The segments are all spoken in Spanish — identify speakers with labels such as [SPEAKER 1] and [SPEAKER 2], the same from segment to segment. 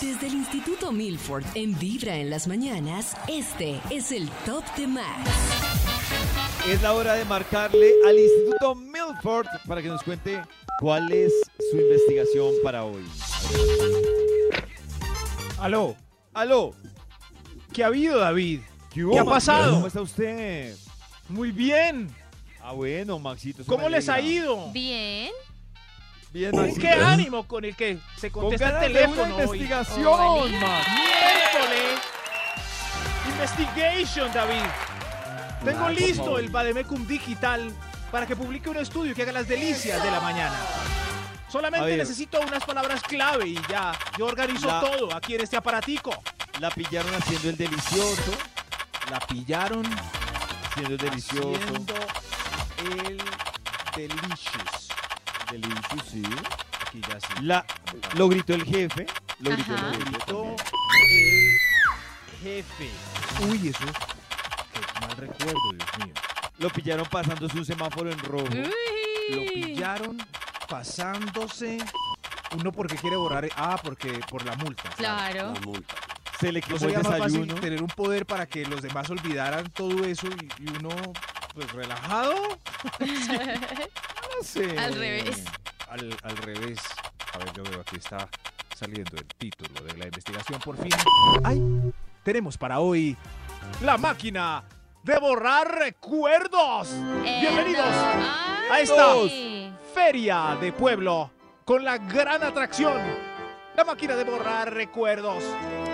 [SPEAKER 1] Desde el Instituto Milford, en Vibra en las mañanas, este es el Top de Max.
[SPEAKER 2] Es la hora de marcarle al Instituto Milford para que nos cuente cuál es su investigación para hoy.
[SPEAKER 3] Aló,
[SPEAKER 2] Aló,
[SPEAKER 3] ¿qué ha habido, David?
[SPEAKER 2] hubo,
[SPEAKER 3] ¿Qué ha
[SPEAKER 2] Maxito?
[SPEAKER 3] pasado?
[SPEAKER 2] ¿Cómo está usted?
[SPEAKER 3] Muy bien.
[SPEAKER 2] Ah, bueno, Maxito. eso
[SPEAKER 3] ¿Cómo
[SPEAKER 2] me
[SPEAKER 3] les ha
[SPEAKER 2] alegra.
[SPEAKER 3] ido?
[SPEAKER 4] Bien.
[SPEAKER 2] Bien,
[SPEAKER 3] ¿Con
[SPEAKER 2] Maxito.
[SPEAKER 3] qué ánimo con el que se
[SPEAKER 2] Con
[SPEAKER 3] contesta
[SPEAKER 2] ganas
[SPEAKER 3] el
[SPEAKER 2] de una
[SPEAKER 3] teléfono hoy?
[SPEAKER 2] investigación,
[SPEAKER 4] Hola.
[SPEAKER 2] Max.
[SPEAKER 3] ¡Miércoles! Investigation, David. Tengo
[SPEAKER 2] por
[SPEAKER 3] listo
[SPEAKER 2] favor.
[SPEAKER 3] el Bademecum Digital para que publique un estudio que haga las delicias de la mañana.
[SPEAKER 2] A
[SPEAKER 3] Solamente
[SPEAKER 2] ver.
[SPEAKER 3] necesito unas palabras clave y ya. Yo organizo
[SPEAKER 2] La-
[SPEAKER 3] todo aquí en este aparatico.
[SPEAKER 2] La pillaron haciendo el delicioso. La pillaron haciendo el delicioso.
[SPEAKER 3] Haciendo el delicious.
[SPEAKER 2] Delicioso, sí.
[SPEAKER 3] Aquí ya sí.
[SPEAKER 2] La, lo gritó el jefe. Lo gritó
[SPEAKER 4] Ajá.
[SPEAKER 2] el jefe.
[SPEAKER 3] Gritó
[SPEAKER 2] también.
[SPEAKER 3] el jefe. Uy, eso. Qué mal recuerdo, Dios mío.
[SPEAKER 2] Lo pillaron pasándose un semáforo en rojo.
[SPEAKER 4] ¿Mm?
[SPEAKER 3] Lo pillaron pasándose. Uno porque quiere borrar. Ah, porque por la multa.
[SPEAKER 4] Claro.
[SPEAKER 2] Se le
[SPEAKER 3] No
[SPEAKER 2] quemó el
[SPEAKER 3] sería más fácil
[SPEAKER 2] desayuno.
[SPEAKER 3] tener un poder para que los demás olvidaran todo eso y, y uno, pues, relajado. Sí. No sé.
[SPEAKER 4] Al revés.
[SPEAKER 3] Al, al revés. A ver, yo veo aquí está saliendo el título de la investigación. Por fin. ¡Ay! Tenemos para hoy la máquina de borrar recuerdos. Bienvenidos.
[SPEAKER 4] A
[SPEAKER 3] esta Feria de Pueblo con la gran atracción, la máquina de borrar recuerdos.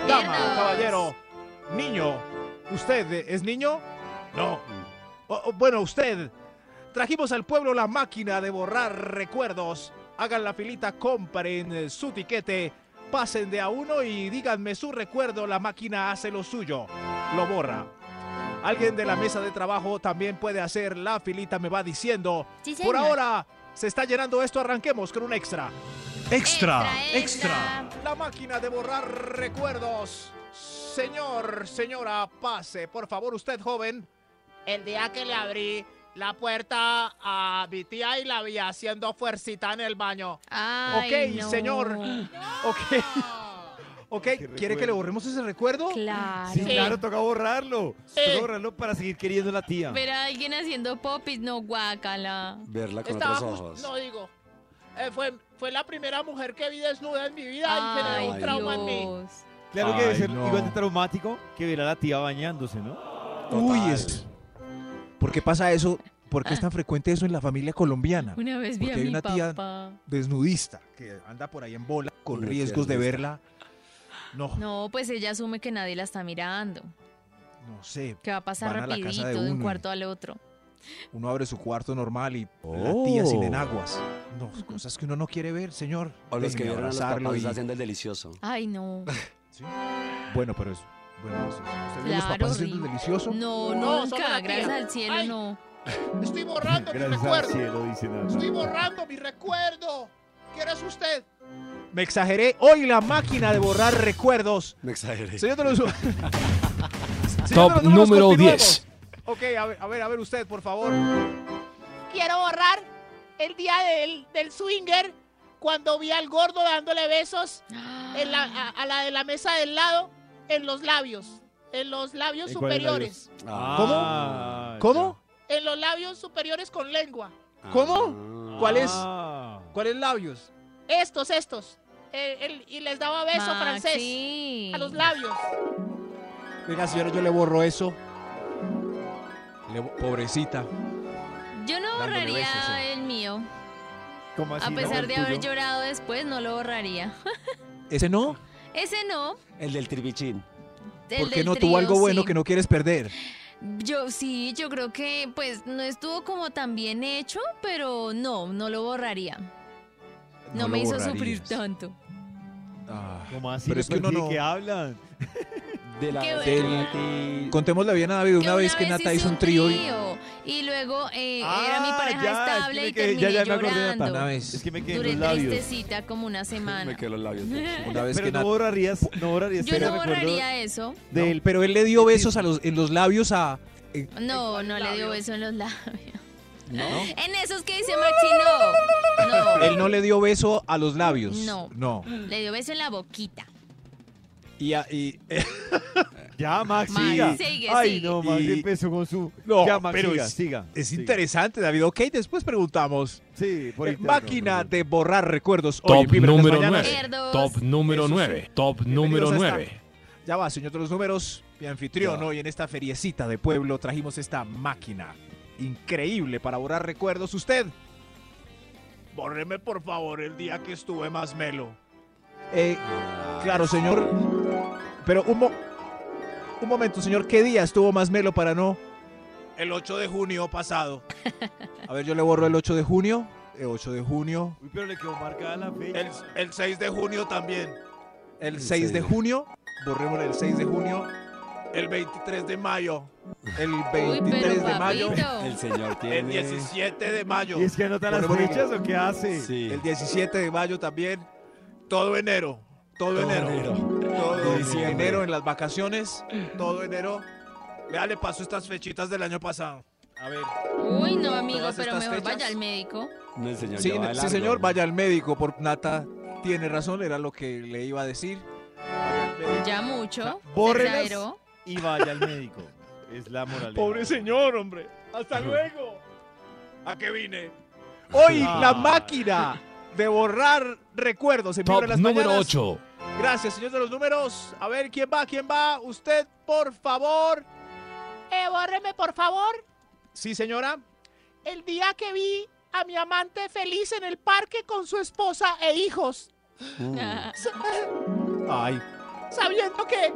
[SPEAKER 3] Dama,
[SPEAKER 4] Recuerdos.
[SPEAKER 3] caballero, niño, ¿usted es niño? No. O- o, bueno, usted. Trajimos al pueblo la máquina de borrar recuerdos. Hagan la filita, compren eh, su tiquete, pasen de a uno y díganme su recuerdo. La máquina hace lo suyo, lo borra. Alguien de la mesa de trabajo también puede hacer la filita, me va diciendo.
[SPEAKER 4] Sí,
[SPEAKER 3] Por
[SPEAKER 4] señor.
[SPEAKER 3] ahora se está llenando esto, arranquemos con un extra. La máquina de borrar recuerdos. Señor, señora, pase, por favor, usted joven.
[SPEAKER 5] El día que le abrí la puerta a mi tía y la vi haciendo fuercita en el baño.
[SPEAKER 4] Ay,
[SPEAKER 3] ok,
[SPEAKER 4] no.
[SPEAKER 3] señor. Ok. Ok, ¿quiere que le
[SPEAKER 2] recuerdo.
[SPEAKER 3] borremos ese recuerdo?
[SPEAKER 4] Claro. Eh,
[SPEAKER 2] Sí, claro, toca borrarlo. Toca borrarlo para seguir queriendo a la tía.
[SPEAKER 4] Ver a alguien haciendo popis, no guácala.
[SPEAKER 6] Verla con
[SPEAKER 5] Estaba
[SPEAKER 6] otros
[SPEAKER 5] jus-
[SPEAKER 6] ojos.
[SPEAKER 5] No digo. Eh, fue, fue la primera mujer que vi desnuda en mi vida y generó un
[SPEAKER 6] Ay,
[SPEAKER 5] trauma en mí.
[SPEAKER 4] Dios.
[SPEAKER 2] Claro que debe
[SPEAKER 3] Ay,
[SPEAKER 2] ser
[SPEAKER 3] no.
[SPEAKER 2] igual de traumático que ver a la tía bañándose, ¿no?
[SPEAKER 3] Uy,
[SPEAKER 6] Total.
[SPEAKER 3] es. ¿Por qué pasa eso? ¿Por
[SPEAKER 5] Ah.
[SPEAKER 3] qué es tan frecuente eso en la familia colombiana?
[SPEAKER 4] Una vez vi a
[SPEAKER 3] Porque hay
[SPEAKER 4] mi
[SPEAKER 3] una tía-
[SPEAKER 4] papá.
[SPEAKER 3] Desnudista, que anda por ahí en bola, con
[SPEAKER 6] Una
[SPEAKER 3] riesgos de
[SPEAKER 6] piernista.
[SPEAKER 3] verla. No, no,
[SPEAKER 4] No, pues ella asume que nadie la está mirando.
[SPEAKER 3] sé.
[SPEAKER 4] Que va a pasar
[SPEAKER 3] Van a la casa
[SPEAKER 4] rapidito
[SPEAKER 3] de
[SPEAKER 4] de, un
[SPEAKER 3] uno y-
[SPEAKER 4] cuarto al otro.
[SPEAKER 3] Uno abre su cuarto normal y
[SPEAKER 6] Oh.
[SPEAKER 3] la tía sin enaguas. No, cosas que uno no quiere ver, señor.
[SPEAKER 6] O los que
[SPEAKER 3] Déjeme
[SPEAKER 6] vieron a los
[SPEAKER 3] abrazarlo
[SPEAKER 6] papás
[SPEAKER 3] y-
[SPEAKER 6] haciendo el delicioso.
[SPEAKER 4] Ay, no.
[SPEAKER 3] Sí. Bueno, pero es. Bueno, eso, ¿usted vio a los
[SPEAKER 4] Claro,
[SPEAKER 3] papás haciendo el
[SPEAKER 4] horrible.
[SPEAKER 3] delicioso?
[SPEAKER 4] No,
[SPEAKER 5] No, somos
[SPEAKER 4] nunca.
[SPEAKER 5] la tía.
[SPEAKER 4] Gracias al cielo,
[SPEAKER 5] Ay.
[SPEAKER 4] no.
[SPEAKER 5] Estoy
[SPEAKER 4] Ah,
[SPEAKER 5] borrando mi
[SPEAKER 2] Gracias al
[SPEAKER 5] recuerdo.
[SPEAKER 2] cielo, dice
[SPEAKER 5] Estoy
[SPEAKER 2] Nata.
[SPEAKER 5] borrando mi recuerdo. ¿Quién es usted?
[SPEAKER 3] Me exageré. Hoy la máquina de borrar recuerdos.
[SPEAKER 6] Me exageré.
[SPEAKER 3] Señor de los. Top número 10. Ok, a ver, a ver, a ver usted, por favor.
[SPEAKER 5] Quiero borrar el día del, del swinger cuando vi al gordo dándole besos en la- a, a la de la mesa del lado en los labios. En los labios
[SPEAKER 2] ¿En cuáles
[SPEAKER 5] superiores.
[SPEAKER 2] Ah,
[SPEAKER 3] ¿Cómo?
[SPEAKER 5] En los labios superiores con lengua.
[SPEAKER 6] ya.
[SPEAKER 3] ¿Cómo?
[SPEAKER 6] Ah.
[SPEAKER 3] ¿Cuál es?
[SPEAKER 2] Ah.
[SPEAKER 3] ¿Cuáles labios?
[SPEAKER 5] Estos, estos. Eh, el- y les daba beso francés
[SPEAKER 4] Maxi.
[SPEAKER 5] a los labios.
[SPEAKER 3] Venga, señora, yo le borro eso. Le bo- pobrecita.
[SPEAKER 4] Yo no
[SPEAKER 3] Dándole
[SPEAKER 4] borraría
[SPEAKER 3] besos, sí.
[SPEAKER 4] el mío.
[SPEAKER 2] ¿Cómo así?
[SPEAKER 4] a
[SPEAKER 2] Ah, no?
[SPEAKER 4] pesar
[SPEAKER 2] ¿El
[SPEAKER 4] de haber
[SPEAKER 2] tuyo?
[SPEAKER 4] llorado después, no lo borraría.
[SPEAKER 3] ¿Ese no?
[SPEAKER 4] Ese no.
[SPEAKER 6] El del tribichín.
[SPEAKER 4] el
[SPEAKER 3] ¿Por qué
[SPEAKER 4] del
[SPEAKER 3] no
[SPEAKER 4] trío,
[SPEAKER 3] tuvo algo bueno
[SPEAKER 4] sí.
[SPEAKER 3] que no quieres perder?
[SPEAKER 4] Yo sí, yo creo que pues no estuvo como tan bien hecho, pero no, no lo borraría. No,
[SPEAKER 3] lo
[SPEAKER 4] me hizo
[SPEAKER 3] borrarías.
[SPEAKER 4] sufrir tanto.
[SPEAKER 3] Ah.
[SPEAKER 2] ¿Cómo así?
[SPEAKER 3] Pero es que uno
[SPEAKER 2] perdí de
[SPEAKER 3] no-
[SPEAKER 2] qué hablan?
[SPEAKER 6] de la
[SPEAKER 4] Qué
[SPEAKER 6] de
[SPEAKER 4] bueno.
[SPEAKER 6] Nati-
[SPEAKER 3] Contémosle bien a David una vez que Nata hizo un trío. y-
[SPEAKER 4] Y luego eh,
[SPEAKER 2] Ah,
[SPEAKER 4] era mi pareja
[SPEAKER 2] ya, es que
[SPEAKER 4] estable
[SPEAKER 2] me
[SPEAKER 4] y
[SPEAKER 2] quedé-
[SPEAKER 4] terminé
[SPEAKER 2] ya, ya me acordé, Nata.
[SPEAKER 4] llorando.
[SPEAKER 3] Una vez.
[SPEAKER 2] Es que me quedé
[SPEAKER 4] Duré
[SPEAKER 2] en los labios.
[SPEAKER 4] tristecita como una
[SPEAKER 6] Me
[SPEAKER 4] semana.
[SPEAKER 6] quedó los labios.
[SPEAKER 3] Una vez
[SPEAKER 2] Pero
[SPEAKER 3] que
[SPEAKER 2] no
[SPEAKER 3] Nata-
[SPEAKER 2] borrarías, no borrarías.
[SPEAKER 4] Yo
[SPEAKER 2] ese
[SPEAKER 4] no
[SPEAKER 2] recuerdo
[SPEAKER 4] borraría eso.
[SPEAKER 2] del-
[SPEAKER 3] No, pero él le dio besos a los, en los labios a. eh,
[SPEAKER 4] No, no le dio beso en los labios.
[SPEAKER 6] ¿No?
[SPEAKER 4] En esos que dice Maxi, no. No.
[SPEAKER 3] él no le dio beso a los labios.
[SPEAKER 4] No.
[SPEAKER 3] No.
[SPEAKER 4] Le dio beso en la boquita.
[SPEAKER 3] Y, a- y-
[SPEAKER 2] Ya, Max,
[SPEAKER 4] Max,
[SPEAKER 2] siga.
[SPEAKER 4] sigue,
[SPEAKER 2] Ay,
[SPEAKER 4] sigue.
[SPEAKER 2] no, Max
[SPEAKER 3] Y-
[SPEAKER 2] empezó con su...
[SPEAKER 3] No,
[SPEAKER 2] ya, Max,
[SPEAKER 3] pero
[SPEAKER 2] siga,
[SPEAKER 3] es-
[SPEAKER 2] siga.
[SPEAKER 3] es
[SPEAKER 2] siga.
[SPEAKER 3] interesante, David. Ok, después preguntamos.
[SPEAKER 2] Sí, por
[SPEAKER 3] Eh,
[SPEAKER 2] interno,
[SPEAKER 3] máquina
[SPEAKER 2] por
[SPEAKER 3] de borrar recuerdos. Hoy en
[SPEAKER 7] Top
[SPEAKER 3] Vibra en las
[SPEAKER 7] número
[SPEAKER 3] mañanas.
[SPEAKER 7] 9.
[SPEAKER 4] Erdos.
[SPEAKER 7] Top número
[SPEAKER 3] Eso sí.
[SPEAKER 7] 9. Top
[SPEAKER 3] Bienvenidos
[SPEAKER 7] número
[SPEAKER 3] a esta-
[SPEAKER 7] 9.
[SPEAKER 3] Ya va, señor de los números. Mi anfitrión
[SPEAKER 6] Ya.
[SPEAKER 3] hoy en esta feriecita de pueblo trajimos esta máquina increíble para borrar recuerdos. Usted, bórreme por favor el día que estuve más melo. Eh, claro, señor. Pero un, mo- un momento, señor. ¿Qué día estuvo más melo para no? El 8 de junio pasado. A ver, yo le borro el 8 de junio. El 8 de junio.
[SPEAKER 2] Uy, pero le quedó marcada la fecha.
[SPEAKER 3] El, el 6 de junio también. El 6
[SPEAKER 6] sí.
[SPEAKER 3] de junio. Borremos el 6 de junio. El 23 de mayo. El
[SPEAKER 4] Uy,
[SPEAKER 3] 23
[SPEAKER 4] pero
[SPEAKER 3] de mayo.
[SPEAKER 6] El
[SPEAKER 4] papito.
[SPEAKER 6] señor tiene...
[SPEAKER 3] de mayo.
[SPEAKER 2] ¿Y es que anota las
[SPEAKER 3] Borremos el-
[SPEAKER 2] fechas o qué hace?
[SPEAKER 6] Sí.
[SPEAKER 3] El 17 de mayo también. Todo enero. Todo,
[SPEAKER 6] Todo
[SPEAKER 3] enero.
[SPEAKER 6] enero.
[SPEAKER 3] Todo
[SPEAKER 6] De diciembre.
[SPEAKER 3] enero en las vacaciones. Todo enero. Vea, le paso estas fechitas del año pasado. A ver.
[SPEAKER 4] Uy, no, amigo,
[SPEAKER 3] Todas
[SPEAKER 4] pero
[SPEAKER 3] estas
[SPEAKER 4] mejor
[SPEAKER 3] fechas.
[SPEAKER 4] vaya al médico.
[SPEAKER 6] No, el señor
[SPEAKER 3] Sí,
[SPEAKER 6] ya va de
[SPEAKER 3] sí,
[SPEAKER 6] largo.
[SPEAKER 3] señor, vaya al médico. Por Nata tiene razón, era lo que le iba a decir.
[SPEAKER 4] Ya mucho. se
[SPEAKER 2] bórrelas.
[SPEAKER 4] exageró.
[SPEAKER 2] Y vaya al médico. Es la moraleja.
[SPEAKER 3] señor, hombre. Hasta luego. ¿A qué vine? Hoy la
[SPEAKER 2] Ah.
[SPEAKER 3] máquina de borrar recuerdos en Vibra en
[SPEAKER 7] Top
[SPEAKER 3] las
[SPEAKER 7] número
[SPEAKER 3] mañanas.
[SPEAKER 7] 8.
[SPEAKER 3] Gracias, señor de los números. A ver quién va, quién va. Usted, por favor.
[SPEAKER 5] Eh, bórreme, por favor,
[SPEAKER 3] Sí, señora.
[SPEAKER 5] el día que vi a mi amante feliz en el parque con su esposa e hijos.
[SPEAKER 3] Mm. Ay,
[SPEAKER 5] sabiendo que,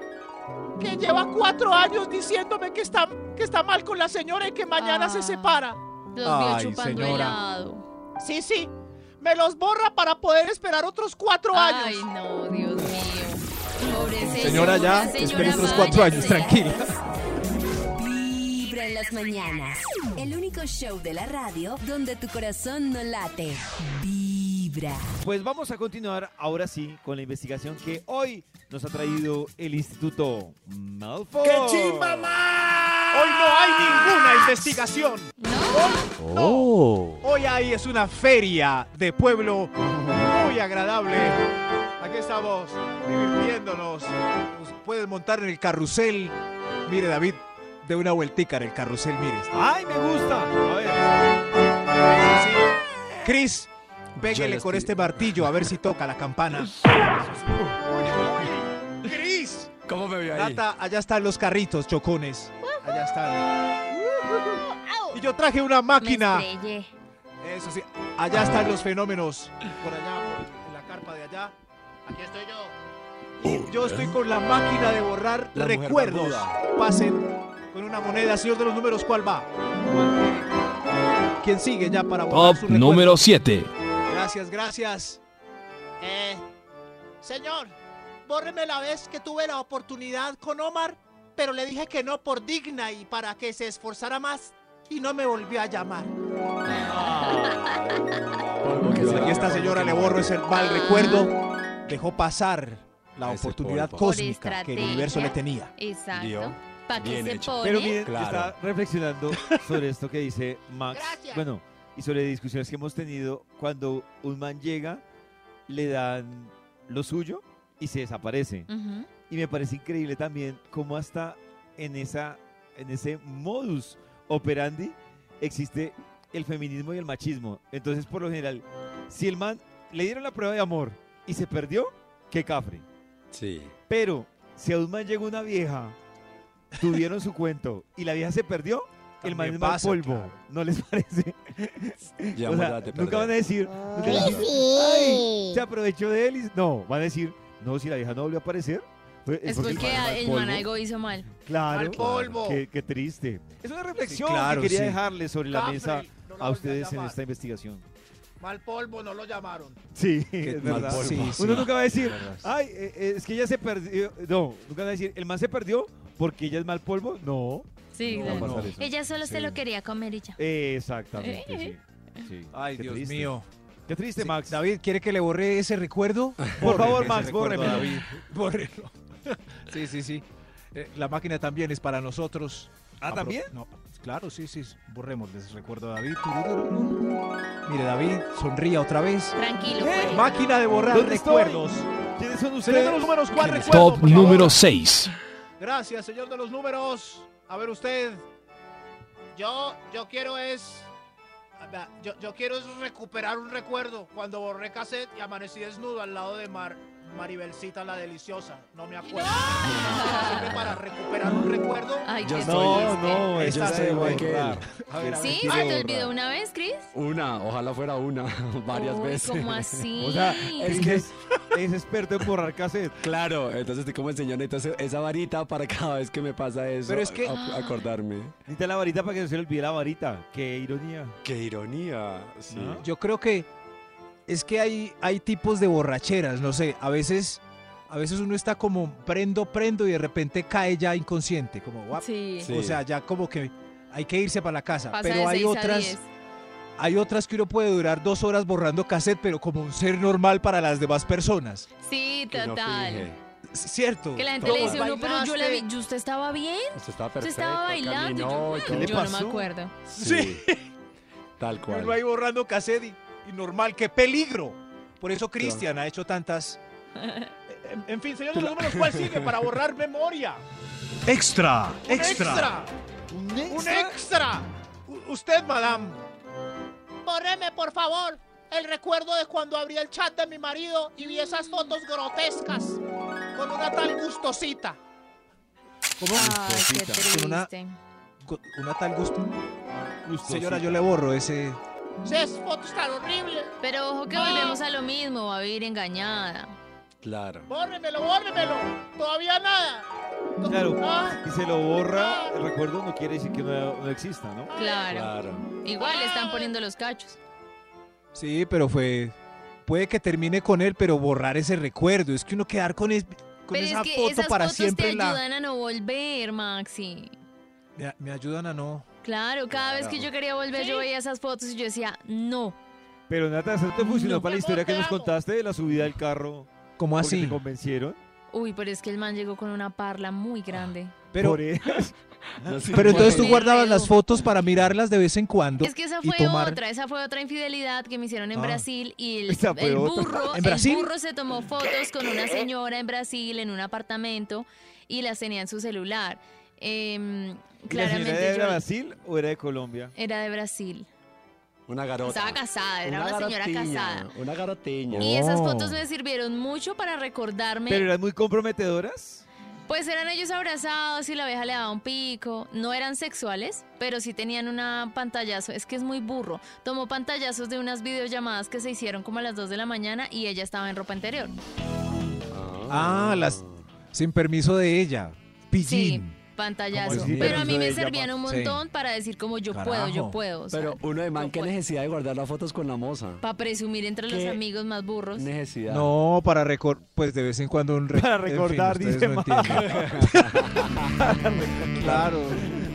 [SPEAKER 5] que lleva cuatro años diciéndome que está, que está mal con la señora y que mañana
[SPEAKER 4] Ah.
[SPEAKER 5] se separa.
[SPEAKER 4] Los vio
[SPEAKER 3] Ay,
[SPEAKER 4] chupando
[SPEAKER 3] señora.
[SPEAKER 4] helado.
[SPEAKER 5] Sí, sí. Me los borra para poder esperar otros cuatro
[SPEAKER 4] Ay,
[SPEAKER 5] años.
[SPEAKER 4] no, Dios mío. Pobre
[SPEAKER 3] señora, ya.
[SPEAKER 4] señora,
[SPEAKER 3] Espere otros cuatro
[SPEAKER 4] váyase.
[SPEAKER 3] años, tranquila.
[SPEAKER 1] Vibra en las mañanas. El único show de la radio donde tu corazón no late. Vibra.
[SPEAKER 2] Pues vamos a continuar ahora sí con la investigación que hoy nos ha traído el Instituto Malfoy.
[SPEAKER 3] Hoy no hay ninguna investigación.
[SPEAKER 6] Oh.
[SPEAKER 3] Hoy ahí es una feria de pueblo muy agradable. Aquí estamos divirtiéndonos. Nos pueden montar en el carrusel. Mire, David, de una vueltica en el carrusel, mire.
[SPEAKER 2] ¡Ay, me gusta! A ver.
[SPEAKER 3] Chris,
[SPEAKER 6] Ya
[SPEAKER 3] pégale
[SPEAKER 6] les
[SPEAKER 3] con
[SPEAKER 6] pido.
[SPEAKER 3] este martillo a ver si toca la campana. Chris.
[SPEAKER 6] ¿Cómo me vio ahí?
[SPEAKER 3] Nata, allá están los carritos, chocones. Allá están. Y yo traje una máquina.
[SPEAKER 4] Me estrellé.
[SPEAKER 3] Eso sí, allá están los fenómenos. Por allá, por- en la carpa de allá.
[SPEAKER 5] Aquí estoy yo.
[SPEAKER 3] Y yo estoy con la máquina de borrar
[SPEAKER 6] La mujer
[SPEAKER 3] recuerdos.
[SPEAKER 6] barbuda.
[SPEAKER 3] Pasen con una moneda, señor de los números, ¿cuál va? ¿Quién sigue ya para borrar
[SPEAKER 7] Top
[SPEAKER 3] su recuerdo?
[SPEAKER 7] número 7.
[SPEAKER 3] Gracias, gracias.
[SPEAKER 5] Eh, señor, bórreme la vez que tuve la oportunidad con Omar, pero le dije que no por digna y para que se esforzara más. Y no me volvió a llamar.
[SPEAKER 3] Y esta Pues señora le borro ese mal recuerdo. Dejó pasar la
[SPEAKER 6] Ese
[SPEAKER 3] oportunidad
[SPEAKER 6] polvo.
[SPEAKER 4] Ah. Por
[SPEAKER 3] cósmica que el
[SPEAKER 4] estrategia.
[SPEAKER 3] universo le tenía.
[SPEAKER 4] Exacto.
[SPEAKER 6] Dio.
[SPEAKER 4] ¿Para qué
[SPEAKER 6] Bien
[SPEAKER 4] se
[SPEAKER 6] hecho.
[SPEAKER 4] pone?
[SPEAKER 2] Pero miren, yo
[SPEAKER 6] Claro.
[SPEAKER 2] estaba reflexionando sobre esto que dice Max.
[SPEAKER 5] Gracias.
[SPEAKER 2] Bueno, y sobre discusiones que hemos tenido cuando un man llega, le dan lo suyo y se desaparece.
[SPEAKER 4] Ujú.
[SPEAKER 2] Y me parece increíble también cómo hasta en, esa, en ese modus operandi existe el feminismo y el machismo. Entonces, por lo general, si el man le dieron la prueba de amor y se perdió, qué cafre.
[SPEAKER 6] Sí.
[SPEAKER 2] Pero si a un man llegó una vieja, tuvieron su cuento y la vieja se perdió, el man
[SPEAKER 3] También
[SPEAKER 2] es mal
[SPEAKER 3] pasa,
[SPEAKER 2] polvo.
[SPEAKER 3] claro.
[SPEAKER 2] ¿No les parece?
[SPEAKER 6] Ya
[SPEAKER 2] O sea,
[SPEAKER 6] muérate,
[SPEAKER 2] nunca van a
[SPEAKER 6] perder.
[SPEAKER 2] decir, nunca van a decir, "Ay, se aprovechó de él. y-". No, van a decir, no, si la vieja no volvió a aparecer. fue-
[SPEAKER 4] Es
[SPEAKER 2] porque
[SPEAKER 4] porque
[SPEAKER 2] man
[SPEAKER 4] a-
[SPEAKER 2] era
[SPEAKER 4] el man
[SPEAKER 2] polvo".
[SPEAKER 4] algo hizo mal.
[SPEAKER 2] Claro.
[SPEAKER 5] Al polvo.
[SPEAKER 2] Qué, qué triste. Es una reflexión
[SPEAKER 3] claro,
[SPEAKER 2] que quería
[SPEAKER 3] sí.
[SPEAKER 2] dejarles sobre la mesa
[SPEAKER 5] Cafre, no la volvió
[SPEAKER 2] a ustedes en
[SPEAKER 3] este
[SPEAKER 5] llamar.
[SPEAKER 2] esta investigación.
[SPEAKER 3] Mal polvo, no lo llamaron.
[SPEAKER 2] Sí,
[SPEAKER 6] Qué
[SPEAKER 2] es
[SPEAKER 6] mal
[SPEAKER 2] verdad.
[SPEAKER 6] polvo.
[SPEAKER 2] Sí,
[SPEAKER 6] Sí,
[SPEAKER 2] Uno
[SPEAKER 6] sí.
[SPEAKER 2] nunca va a decir,
[SPEAKER 6] Verdad.
[SPEAKER 2] ay, eh, eh, es que ella se perdió. No, nunca va a decir, el man se perdió porque ella es mal polvo. No,
[SPEAKER 4] Sí,
[SPEAKER 2] no
[SPEAKER 4] claro.
[SPEAKER 2] va a pasar eso.
[SPEAKER 4] Ella solo se
[SPEAKER 6] Sí.
[SPEAKER 4] lo quería comer y ya.
[SPEAKER 2] Exactamente, sí. sí.
[SPEAKER 3] Ay,
[SPEAKER 2] Qué
[SPEAKER 3] Dios
[SPEAKER 2] triste.
[SPEAKER 3] mío.
[SPEAKER 2] Qué triste,
[SPEAKER 3] Sí,
[SPEAKER 2] Max.
[SPEAKER 3] David, ¿quiere que le borre ese recuerdo?
[SPEAKER 2] Por favor,
[SPEAKER 3] Ese
[SPEAKER 2] Max,
[SPEAKER 3] recuerdo,
[SPEAKER 2] bórremelo.
[SPEAKER 3] David, bórrelo. sí, sí, sí. Eh, la máquina también es para nosotros.
[SPEAKER 2] Ah,
[SPEAKER 3] Apro-
[SPEAKER 2] ¿también?
[SPEAKER 3] No, claro, sí, sí. Borremos ese recuerdo a David. Turururururu. Mire, David, sonría otra vez.
[SPEAKER 4] Tranquilo,
[SPEAKER 2] Eh,
[SPEAKER 4] Juan.
[SPEAKER 3] Máquina de borrar
[SPEAKER 2] ¿Dónde estoy?
[SPEAKER 3] recuerdos.
[SPEAKER 2] ¿Quiénes son
[SPEAKER 3] Señor de
[SPEAKER 2] ustedes?
[SPEAKER 3] los números, ¿cuál recuerdo?
[SPEAKER 7] Top
[SPEAKER 3] por favor?
[SPEAKER 7] número 6.
[SPEAKER 3] Gracias, señor de los números. A ver usted.
[SPEAKER 5] Yo, yo quiero es. a ver, Yo, yo quiero es recuperar un recuerdo cuando borré cassette y amanecí desnudo al lado de Mar, Maribelcita la deliciosa. No me acuerdo. Sirve para recuperar un recuerdo.
[SPEAKER 4] Ay,
[SPEAKER 6] Yo
[SPEAKER 4] qué
[SPEAKER 2] No,
[SPEAKER 4] triste.
[SPEAKER 2] no,
[SPEAKER 3] Esta
[SPEAKER 2] ella
[SPEAKER 3] sí
[SPEAKER 2] se
[SPEAKER 3] igual
[SPEAKER 6] que él.
[SPEAKER 2] borrar.
[SPEAKER 3] A ver, a ver.
[SPEAKER 4] ¿Sí?
[SPEAKER 2] Quiero
[SPEAKER 4] ¿Se te
[SPEAKER 2] borrar.
[SPEAKER 4] olvidó una vez, Chris?
[SPEAKER 6] Una, ojalá fuera una, varias
[SPEAKER 4] Uy,
[SPEAKER 6] veces.
[SPEAKER 4] ¿Cómo así?
[SPEAKER 2] O sea,
[SPEAKER 6] Es
[SPEAKER 2] es
[SPEAKER 6] que-
[SPEAKER 2] que es, es experto en borrar cassette.
[SPEAKER 6] Claro, entonces estoy como enseñando entonces, esa varita para cada vez que me pasa eso.
[SPEAKER 3] Pero es que-
[SPEAKER 6] a- acordarme.
[SPEAKER 2] Necesita la varita para que no se le olvide la varita. Qué ironía.
[SPEAKER 6] Qué ironía. Sí.
[SPEAKER 2] ¿No?
[SPEAKER 3] Yo creo que es que hay, hay tipos de borracheras, no sé, a veces, a veces uno está como prendo, prendo y de repente cae ya inconsciente, como guap.
[SPEAKER 4] Sí.
[SPEAKER 6] Sí.
[SPEAKER 3] O sea, ya como que hay que irse para la casa.
[SPEAKER 4] Pasa de
[SPEAKER 3] pero hay
[SPEAKER 4] seis a
[SPEAKER 3] otras,
[SPEAKER 4] diez.
[SPEAKER 3] hay otras que uno puede durar dos horas borrando cassette, pero como un ser normal para las demás personas.
[SPEAKER 4] Sí,
[SPEAKER 6] Que no
[SPEAKER 4] total.
[SPEAKER 6] finge.
[SPEAKER 3] C- ¿Cierto?
[SPEAKER 4] Que la gente le
[SPEAKER 6] Todo.
[SPEAKER 4] dice a uno, pero yo la vi,
[SPEAKER 5] Bailaste.
[SPEAKER 4] ¿y usted estaba bien?
[SPEAKER 6] Usted estaba
[SPEAKER 4] ¿Usted
[SPEAKER 6] perfecto.
[SPEAKER 4] estaba bailando? Y
[SPEAKER 6] caminó y
[SPEAKER 4] yo,
[SPEAKER 6] todo.
[SPEAKER 4] mm,
[SPEAKER 2] ¿qué le
[SPEAKER 4] yo no
[SPEAKER 2] pasó?
[SPEAKER 4] me acuerdo.
[SPEAKER 6] Sí. Tal
[SPEAKER 3] Y
[SPEAKER 6] cual.
[SPEAKER 3] uno ahí borrando cassette y, y normal, qué peligro. Por eso Cristian ha hecho tantas.
[SPEAKER 5] En, en fin, señor de los números, ¿cuál sigue para borrar memoria?
[SPEAKER 7] Extra,
[SPEAKER 5] Un extra. Un extra.
[SPEAKER 3] U- usted, madame.
[SPEAKER 5] Borreme, por favor, el recuerdo de cuando abrí el chat de mi marido y vi esas fotos grotescas con una tal gustosita.
[SPEAKER 3] ¿Cómo?
[SPEAKER 4] Ay, qué
[SPEAKER 3] Con una-
[SPEAKER 4] triste.
[SPEAKER 3] Gu- Una tal gusto.
[SPEAKER 2] Justo,
[SPEAKER 3] Señora,
[SPEAKER 2] sí.
[SPEAKER 3] yo le borro ese.
[SPEAKER 5] Esas fotos tan horribles.
[SPEAKER 4] Pero ojo que volvemos a lo mismo, va a vivir engañada.
[SPEAKER 6] Claro.
[SPEAKER 5] Bórremelo, bórremelo. Todavía nada. To-
[SPEAKER 2] Claro.
[SPEAKER 5] Ah,
[SPEAKER 2] Y se lo borra, el recuerdo no quiere decir que no, no exista, ¿no?
[SPEAKER 5] ah.
[SPEAKER 4] Claro.
[SPEAKER 6] Claro.
[SPEAKER 4] Igual le están poniendo los cachos.
[SPEAKER 3] Sí, pero fue. Puede que termine con él, pero borrar ese recuerdo. Es que uno quedar con, es- con
[SPEAKER 4] Pero
[SPEAKER 3] esa
[SPEAKER 4] es que
[SPEAKER 3] foto
[SPEAKER 4] esas
[SPEAKER 3] para
[SPEAKER 4] fotos
[SPEAKER 3] siempre
[SPEAKER 4] te
[SPEAKER 3] en la.
[SPEAKER 4] ayudan a no volver, Maxi.
[SPEAKER 3] Me, a- me ayudan a no.
[SPEAKER 4] Claro, cada vez que yo quería volver, yo veía esas fotos y yo decía, no.
[SPEAKER 2] Pero Nata, ¿eso te funcionó
[SPEAKER 5] No.
[SPEAKER 2] para la
[SPEAKER 5] Amor,
[SPEAKER 2] historia que
[SPEAKER 5] te
[SPEAKER 2] nos
[SPEAKER 5] amo.
[SPEAKER 2] contaste de la subida del carro?
[SPEAKER 3] Como
[SPEAKER 2] porque
[SPEAKER 3] así.
[SPEAKER 2] te convencieron?
[SPEAKER 4] Uy, pero es que el man llegó con una parla muy grande.
[SPEAKER 3] Pero,
[SPEAKER 2] Por eso.
[SPEAKER 6] No sé
[SPEAKER 3] pero entonces tú
[SPEAKER 4] Me
[SPEAKER 6] cómo-
[SPEAKER 3] guardabas las
[SPEAKER 4] enredo.
[SPEAKER 3] fotos para mirarlas de vez en cuando.
[SPEAKER 4] Es que esa
[SPEAKER 3] y
[SPEAKER 4] fue
[SPEAKER 3] tomar-
[SPEAKER 4] otra, esa fue otra infidelidad que me hicieron en
[SPEAKER 3] Ah.
[SPEAKER 4] Brasil y el,
[SPEAKER 2] Esa fue
[SPEAKER 4] el
[SPEAKER 2] otra.
[SPEAKER 4] burro,
[SPEAKER 3] ¿En Brasil?
[SPEAKER 4] el burro se tomó fotos con una señora en Brasil en un apartamento y las tenía en su celular. Em,
[SPEAKER 2] ¿Y la señora
[SPEAKER 4] claramente
[SPEAKER 2] ¿Era de
[SPEAKER 4] yo
[SPEAKER 2] Brasil o era de Colombia?
[SPEAKER 4] era de Brasil.
[SPEAKER 6] Una garota.
[SPEAKER 4] Estaba casada, era una, señora
[SPEAKER 6] garotiña,
[SPEAKER 4] casada.
[SPEAKER 6] Una garoteña.
[SPEAKER 4] Y esas
[SPEAKER 3] Oh.
[SPEAKER 4] fotos me sirvieron mucho para recordarme.
[SPEAKER 2] ¿Pero eran muy comprometedoras?
[SPEAKER 4] Pues eran ellos abrazados y la vieja le daba un pico. No eran sexuales, pero sí tenían una pantallazo. Es que es muy burro. Tomó pantallazos de unas videollamadas que se hicieron como a las 2 de la mañana y ella estaba en ropa interior.
[SPEAKER 3] Ah, las. Sin permiso de ella.
[SPEAKER 4] Sí,
[SPEAKER 3] Pillín.
[SPEAKER 4] pantallazo.
[SPEAKER 3] Como el
[SPEAKER 4] pero a mí me
[SPEAKER 2] videollama-
[SPEAKER 4] servían un
[SPEAKER 3] Sí.
[SPEAKER 4] montón para decir como yo puedo,
[SPEAKER 3] Carajo.
[SPEAKER 4] yo puedo. o sea,
[SPEAKER 6] Pero uno de man,
[SPEAKER 4] no
[SPEAKER 6] ¿qué
[SPEAKER 4] puedo.
[SPEAKER 6] necesidad de guardar las fotos con la moza?
[SPEAKER 4] Para presumir entre los
[SPEAKER 6] ¿Qué?
[SPEAKER 4] amigos más burros.
[SPEAKER 6] Necesidad.
[SPEAKER 3] No, para recordar. Pues de vez en cuando un re-
[SPEAKER 2] Para
[SPEAKER 3] en fin,
[SPEAKER 2] recordar,
[SPEAKER 3] ustedes
[SPEAKER 2] dice
[SPEAKER 3] no
[SPEAKER 2] Max.
[SPEAKER 3] entienden.
[SPEAKER 2] Claro.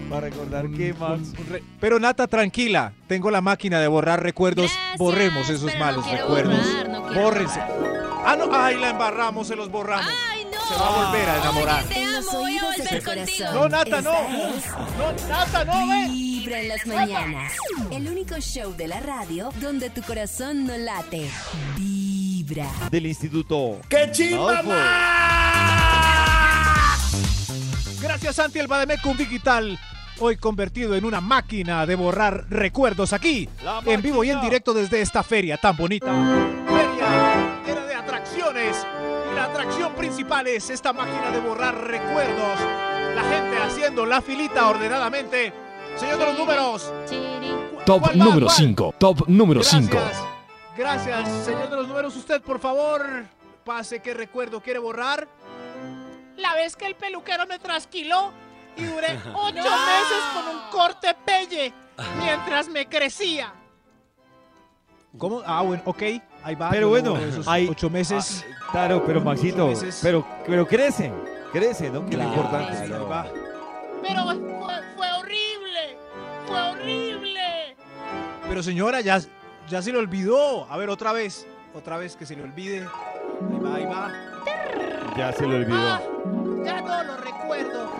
[SPEAKER 2] Para recordar
[SPEAKER 3] Un-
[SPEAKER 2] que
[SPEAKER 3] un-
[SPEAKER 2] Max...
[SPEAKER 3] un re- Pero Nata, tranquila. Tengo la máquina de borrar recuerdos.
[SPEAKER 4] Gracias,
[SPEAKER 3] Borremos esos
[SPEAKER 4] pero no
[SPEAKER 3] malos
[SPEAKER 4] quiero
[SPEAKER 3] recuerdos.
[SPEAKER 4] borrar, no quiero
[SPEAKER 3] Bórrense. Ah, no. Ay, la embarramos, se los borramos.
[SPEAKER 4] ¡Ay, no!
[SPEAKER 3] Se va a volver a enamorar.
[SPEAKER 4] Oye, te
[SPEAKER 1] En los
[SPEAKER 4] amo, voy a
[SPEAKER 1] oídos de
[SPEAKER 4] volver
[SPEAKER 1] tu
[SPEAKER 4] contigo.
[SPEAKER 1] corazón.
[SPEAKER 3] No, Nata, no.
[SPEAKER 1] Esta es
[SPEAKER 5] no, Nata, no, ve.
[SPEAKER 1] Vibra en las mañanas. El único show de la radio donde tu corazón no late. Vibra.
[SPEAKER 2] Del instituto.
[SPEAKER 6] ¡Qué
[SPEAKER 2] Adolfo.
[SPEAKER 3] Gracias, Santi, el Bademecum Digital. Hoy convertido en una máquina de borrar recuerdos aquí,
[SPEAKER 2] La
[SPEAKER 3] en vivo y en
[SPEAKER 2] máquina.
[SPEAKER 3] directo desde esta feria tan bonita.
[SPEAKER 5] Feria era de atracciones y la atracción principal es esta máquina de borrar recuerdos.
[SPEAKER 3] La gente haciendo la filita ordenadamente. Señor de los números.
[SPEAKER 4] Chiri.
[SPEAKER 3] ¿cu-
[SPEAKER 7] Top
[SPEAKER 3] cuál va?
[SPEAKER 7] número
[SPEAKER 3] ¿Cuál?
[SPEAKER 7] 5. Top número 5.
[SPEAKER 3] Gracias. Gracias, señor de los números. Usted, por favor, pase qué recuerdo quiere borrar.
[SPEAKER 5] La vez que el peluquero me trasquiló y duré ocho meses con un corte pelle mientras me crecía.
[SPEAKER 3] ¿Cómo? Ah, bueno, ok. Ahí va.
[SPEAKER 2] Pero
[SPEAKER 3] yo
[SPEAKER 2] bueno,
[SPEAKER 3] llevo esos
[SPEAKER 2] hay-
[SPEAKER 3] ocho meses.
[SPEAKER 2] Ah, claro, pero Maxito,
[SPEAKER 3] Muchas veces.
[SPEAKER 2] pero, pero crece, crece, ¿no? Que es
[SPEAKER 6] Claro,
[SPEAKER 2] lo importante.
[SPEAKER 3] Ahí va.
[SPEAKER 5] Pero fue, fue horrible. Fue horrible.
[SPEAKER 3] Pero señora, ya, ya se le olvidó. A ver, otra vez. Otra vez que se le olvide. Ahí va, ahí va.
[SPEAKER 2] Ya se lo
[SPEAKER 5] Ah,
[SPEAKER 2] olvidó.
[SPEAKER 5] ya no lo recuerdo.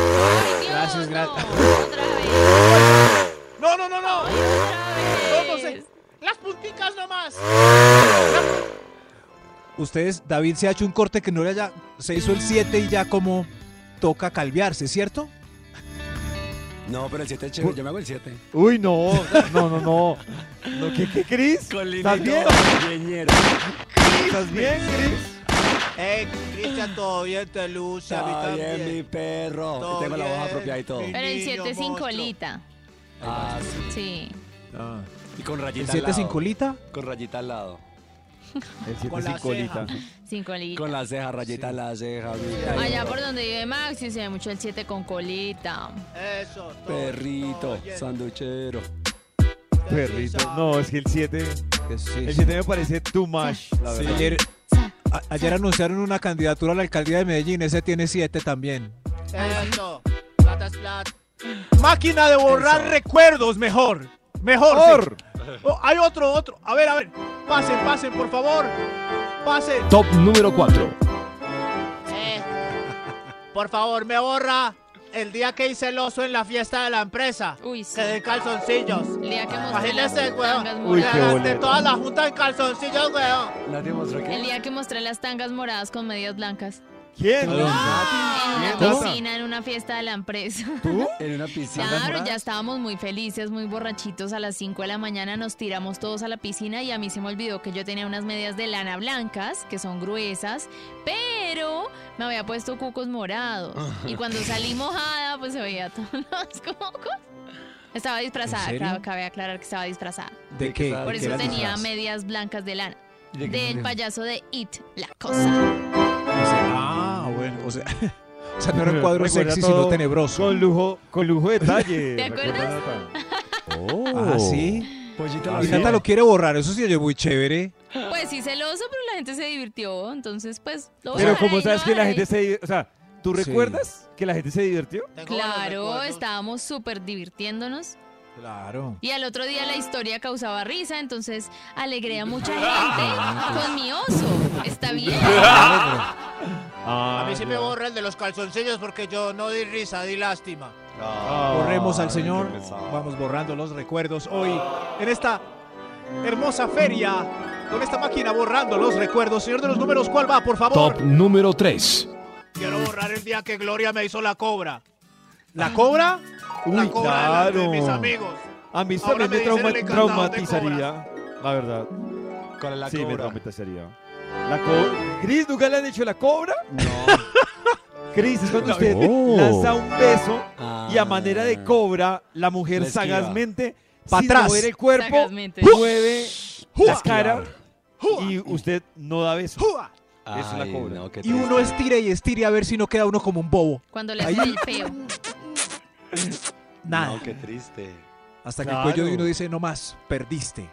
[SPEAKER 4] Ay, Dios,
[SPEAKER 3] Gracias, gracias.
[SPEAKER 4] no, Otra vez.
[SPEAKER 3] No, no, no, no.
[SPEAKER 4] Otra
[SPEAKER 5] Todos
[SPEAKER 4] vez.
[SPEAKER 5] en- Las punticas nomás.
[SPEAKER 3] Ustedes, David se ha hecho un corte que no le haya. Se hizo el 7 y ya como toca calviarse, ¿cierto?
[SPEAKER 6] No, pero el 7 es chévere. Yo me hago el 7.
[SPEAKER 2] Uy, no, no, no, no. No, ¿Qué, qué, Cris? ¿Estás bien? ¿Estás bien, Cris?
[SPEAKER 3] Eh, Cristian, todo bien, te luce.
[SPEAKER 6] Está bien, mi perro. Y
[SPEAKER 3] Todo
[SPEAKER 6] tengo la voz
[SPEAKER 3] bien.
[SPEAKER 6] apropiada y todo.
[SPEAKER 3] Sí.
[SPEAKER 4] Pero el
[SPEAKER 3] Niño
[SPEAKER 4] 7 sin
[SPEAKER 3] monstruo.
[SPEAKER 4] colita.
[SPEAKER 6] Ah, sí.
[SPEAKER 4] Sí.
[SPEAKER 6] Y con
[SPEAKER 3] ¿El
[SPEAKER 6] rayita al
[SPEAKER 3] 7
[SPEAKER 6] lado.
[SPEAKER 3] sin colita?
[SPEAKER 6] Con rayita al lado.
[SPEAKER 2] El siete
[SPEAKER 3] Con la
[SPEAKER 2] sin colita.
[SPEAKER 4] Sin colita.
[SPEAKER 6] Con la ceja, rayita
[SPEAKER 3] Sí.
[SPEAKER 6] en la ceja. mira.
[SPEAKER 4] Allá por donde vive Maxi se ve mucho el 7 con colita.
[SPEAKER 5] Eso. todo-
[SPEAKER 6] Perrito,
[SPEAKER 5] todo bien.
[SPEAKER 6] sanduchero.
[SPEAKER 2] Perrito. No, es que el 7,
[SPEAKER 3] Que sí.
[SPEAKER 2] el 7 me parece too much, la
[SPEAKER 3] Sí,
[SPEAKER 2] verdad.
[SPEAKER 3] Ayer, a- ayer anunciaron una candidatura a la alcaldía de Medellín. Ese tiene 7 también.
[SPEAKER 5] Eso. Plata es plata.
[SPEAKER 3] Máquina de borrar recuerdos, mejor. Mejor.
[SPEAKER 2] Mejor.
[SPEAKER 3] sí. Oh, hay otro, otro. A ver, a ver. Pasen, pasen, por favor. Pasen.
[SPEAKER 7] Top número 4.
[SPEAKER 5] Eh, por favor, me borra el día que hice el oso en la fiesta de la empresa.
[SPEAKER 4] Uy, sí.
[SPEAKER 5] Que de calzoncillos.
[SPEAKER 4] El día que mostré las
[SPEAKER 5] Ah, Imagínese, weón.
[SPEAKER 4] tangas
[SPEAKER 2] Uy, qué
[SPEAKER 4] moradas.
[SPEAKER 2] bueno.
[SPEAKER 5] De toda la junta en calzoncillos, weón.
[SPEAKER 6] Nadie mostró
[SPEAKER 4] El
[SPEAKER 6] que.
[SPEAKER 4] día que mostré las tangas moradas con medias blancas.
[SPEAKER 2] ¿Quién? Ah.
[SPEAKER 4] En una
[SPEAKER 2] ¿Cómo?
[SPEAKER 4] piscina, en una fiesta de la empresa.
[SPEAKER 2] ¿Tú?
[SPEAKER 6] En una piscina.
[SPEAKER 4] Claro, ya estábamos muy felices, muy borrachitos. A las 5 de la mañana nos tiramos todos a la piscina y a mí se me olvidó que yo tenía unas medias de lana blancas, que son gruesas, pero me había puesto cucos morados. Y cuando salí mojada, pues se veía todos los cucos. Estaba disfrazada,
[SPEAKER 3] serio?
[SPEAKER 4] claro, cabe aclarar que estaba disfrazada.
[SPEAKER 3] ¿De qué?
[SPEAKER 4] Por
[SPEAKER 6] ¿De
[SPEAKER 4] eso
[SPEAKER 6] era
[SPEAKER 4] tenía
[SPEAKER 6] disfraz?
[SPEAKER 4] medias blancas de lana.
[SPEAKER 6] ¿De qué
[SPEAKER 4] Del
[SPEAKER 6] disfraz?
[SPEAKER 4] payaso de It, la cosa.
[SPEAKER 3] Ah, bueno, o sea. O sea, no era un cuadro
[SPEAKER 2] Recuerda
[SPEAKER 3] sexy,
[SPEAKER 2] todo
[SPEAKER 3] sino tenebroso.
[SPEAKER 2] Con lujo, con lujo de detalle.
[SPEAKER 4] ¿Te acuerdas?
[SPEAKER 3] Ah, sí.
[SPEAKER 6] Pollito
[SPEAKER 3] Y
[SPEAKER 6] la
[SPEAKER 2] Oh. Ah, ¿sí?
[SPEAKER 3] Nata
[SPEAKER 6] vida.
[SPEAKER 3] lo quiere borrar, eso sí oye muy chévere.
[SPEAKER 4] Pues sí, celoso, pero la gente se divirtió. Entonces, pues, lo voy a
[SPEAKER 2] Pero
[SPEAKER 4] dejar
[SPEAKER 2] como
[SPEAKER 4] ahí,
[SPEAKER 2] sabes
[SPEAKER 4] lo
[SPEAKER 2] que la
[SPEAKER 4] dejaré.
[SPEAKER 2] gente se... O sea, ¿tú
[SPEAKER 6] Sí.
[SPEAKER 2] recuerdas que la gente se divirtió?
[SPEAKER 5] Tengo buenos
[SPEAKER 4] Claro,
[SPEAKER 5] recuerdos.
[SPEAKER 4] estábamos súper divirtiéndonos.
[SPEAKER 3] Claro.
[SPEAKER 4] Y al otro día la historia causaba risa, entonces alegré a mucha gente con mi oso. Está bien.
[SPEAKER 5] A mí sí me borra el de los calzoncillos porque yo no di risa, di lástima. Ah.
[SPEAKER 3] Corremos al Señor, vamos borrando los recuerdos hoy en esta hermosa feria con esta máquina borrando los recuerdos. Señor de los números, ¿cuál va, por favor?
[SPEAKER 7] Top número 3.
[SPEAKER 5] Quiero borrar el día que Gloria me hizo la cobra.
[SPEAKER 3] ¿La cobra?
[SPEAKER 2] Uy,
[SPEAKER 5] la cobra delante
[SPEAKER 2] claro.
[SPEAKER 5] de mis amigos.
[SPEAKER 2] A mí
[SPEAKER 5] Ahora
[SPEAKER 2] también me,
[SPEAKER 5] me dicen
[SPEAKER 2] trauma-
[SPEAKER 5] el encantado de
[SPEAKER 2] traumatizaría, la verdad.
[SPEAKER 6] ¿Cuál es la
[SPEAKER 2] sí, me
[SPEAKER 6] cobra?
[SPEAKER 2] traumatizaría. La cobra. Cris, ¿nunca le han hecho la cobra? No. Cris, es cuando usted
[SPEAKER 7] No.
[SPEAKER 3] Oh.
[SPEAKER 2] lanza un beso
[SPEAKER 6] Ah.
[SPEAKER 2] y a manera de cobra, la mujer
[SPEAKER 6] La esquiva.
[SPEAKER 2] sagazmente,
[SPEAKER 3] Pa'
[SPEAKER 2] sin
[SPEAKER 3] atrás.
[SPEAKER 2] mover el cuerpo,
[SPEAKER 4] Sagazmente.
[SPEAKER 2] mueve
[SPEAKER 3] ¡Jua!
[SPEAKER 2] la cara y usted no da beso.
[SPEAKER 3] ¡Jua!
[SPEAKER 6] Ay,
[SPEAKER 2] Eso es la cobra.
[SPEAKER 6] no, qué
[SPEAKER 3] Y uno
[SPEAKER 6] triste.
[SPEAKER 3] estira y estira a ver si no queda uno como un bobo.
[SPEAKER 4] Cuando le
[SPEAKER 3] Ahí.
[SPEAKER 4] hacen el feo.
[SPEAKER 3] Nada.
[SPEAKER 6] No, qué triste.
[SPEAKER 3] Hasta que
[SPEAKER 2] Claro.
[SPEAKER 3] el cuello de uno dice, no más, perdiste.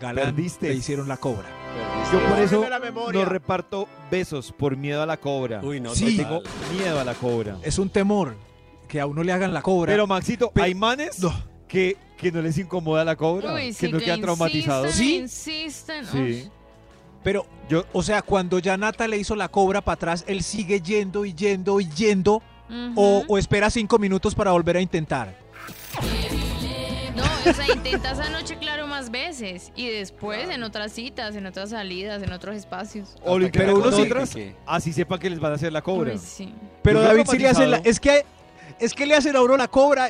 [SPEAKER 3] Galán,
[SPEAKER 2] Perdiste.
[SPEAKER 3] le hicieron la cobra.
[SPEAKER 6] Perdiste.
[SPEAKER 2] Yo por eso
[SPEAKER 5] Borreme la memoria.
[SPEAKER 2] no reparto besos por miedo a la cobra.
[SPEAKER 6] Uy, no,
[SPEAKER 3] Sí.
[SPEAKER 6] total.
[SPEAKER 2] Tengo miedo a la cobra.
[SPEAKER 3] Es un temor que a uno le hagan la cobra.
[SPEAKER 2] Pero Maxito,
[SPEAKER 3] Pe-
[SPEAKER 2] hay manes
[SPEAKER 3] No.
[SPEAKER 2] que, que no les incomoda la cobra,
[SPEAKER 4] Uy, sí,
[SPEAKER 2] que no quedan traumatizados.
[SPEAKER 4] insisten,
[SPEAKER 3] Sí.
[SPEAKER 4] insisten.
[SPEAKER 2] Sí.
[SPEAKER 3] Pero,
[SPEAKER 2] Yo-
[SPEAKER 3] o sea, cuando ya Nata le hizo la cobra para atrás, él sigue yendo y yendo y yendo.
[SPEAKER 4] Ujú.
[SPEAKER 3] o, o espera cinco minutos para volver a intentar.
[SPEAKER 4] No, o sea, intentas anoche, claro, más veces. Y después en otras citas, en otras salidas, en otros espacios.
[SPEAKER 2] O lo
[SPEAKER 6] Hasta que la
[SPEAKER 2] intentan con
[SPEAKER 6] cobra se
[SPEAKER 2] otras,
[SPEAKER 6] pique.
[SPEAKER 2] así sepan que Pues les van a hacer la cobra.
[SPEAKER 4] Uy, sí.
[SPEAKER 3] Pero
[SPEAKER 2] Yo creo
[SPEAKER 3] David sí le hace la,
[SPEAKER 2] traumatizado.
[SPEAKER 3] es que es que le hacen a uno la cobra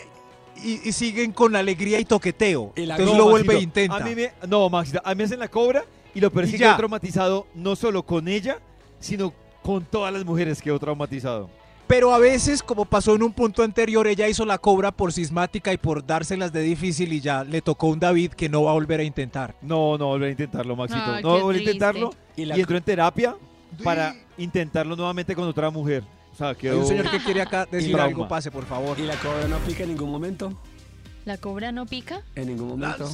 [SPEAKER 3] y, y siguen con la alegría y toqueteo.
[SPEAKER 6] Y la
[SPEAKER 3] Entonces
[SPEAKER 6] cobra,
[SPEAKER 3] lo
[SPEAKER 2] Ah, No,
[SPEAKER 3] vuelve e
[SPEAKER 2] Maxito,
[SPEAKER 3] intenta.
[SPEAKER 2] A mí me, no, Maxito, a mí me hacen la cobra y lo peor es
[SPEAKER 3] Y
[SPEAKER 2] que
[SPEAKER 3] ya.
[SPEAKER 2] quedo traumatizado no solo con ella, sino con todas las mujeres quedo traumatizado.
[SPEAKER 3] Pero a veces, como pasó en un punto anterior, ella hizo la cobra por sismática y por dárselas de difícil y ya le tocó un David que no va a volver a intentar.
[SPEAKER 2] No, no volver a intentarlo, Maxito.
[SPEAKER 4] Ay,
[SPEAKER 2] no
[SPEAKER 4] qué
[SPEAKER 2] volver a
[SPEAKER 4] triste.
[SPEAKER 2] intentarlo
[SPEAKER 6] Y
[SPEAKER 2] y,
[SPEAKER 6] la
[SPEAKER 2] entro en terapia para intentarlo nuevamente con otra mujer. O sea,
[SPEAKER 3] Hay
[SPEAKER 2] quedó...
[SPEAKER 3] un señor que quiere acá decir
[SPEAKER 2] trauma.
[SPEAKER 3] algo, pase, por favor.
[SPEAKER 6] ¿Y la cobra no pica en ningún momento?
[SPEAKER 4] ¿La cobra no pica?
[SPEAKER 6] En ningún momento.
[SPEAKER 3] un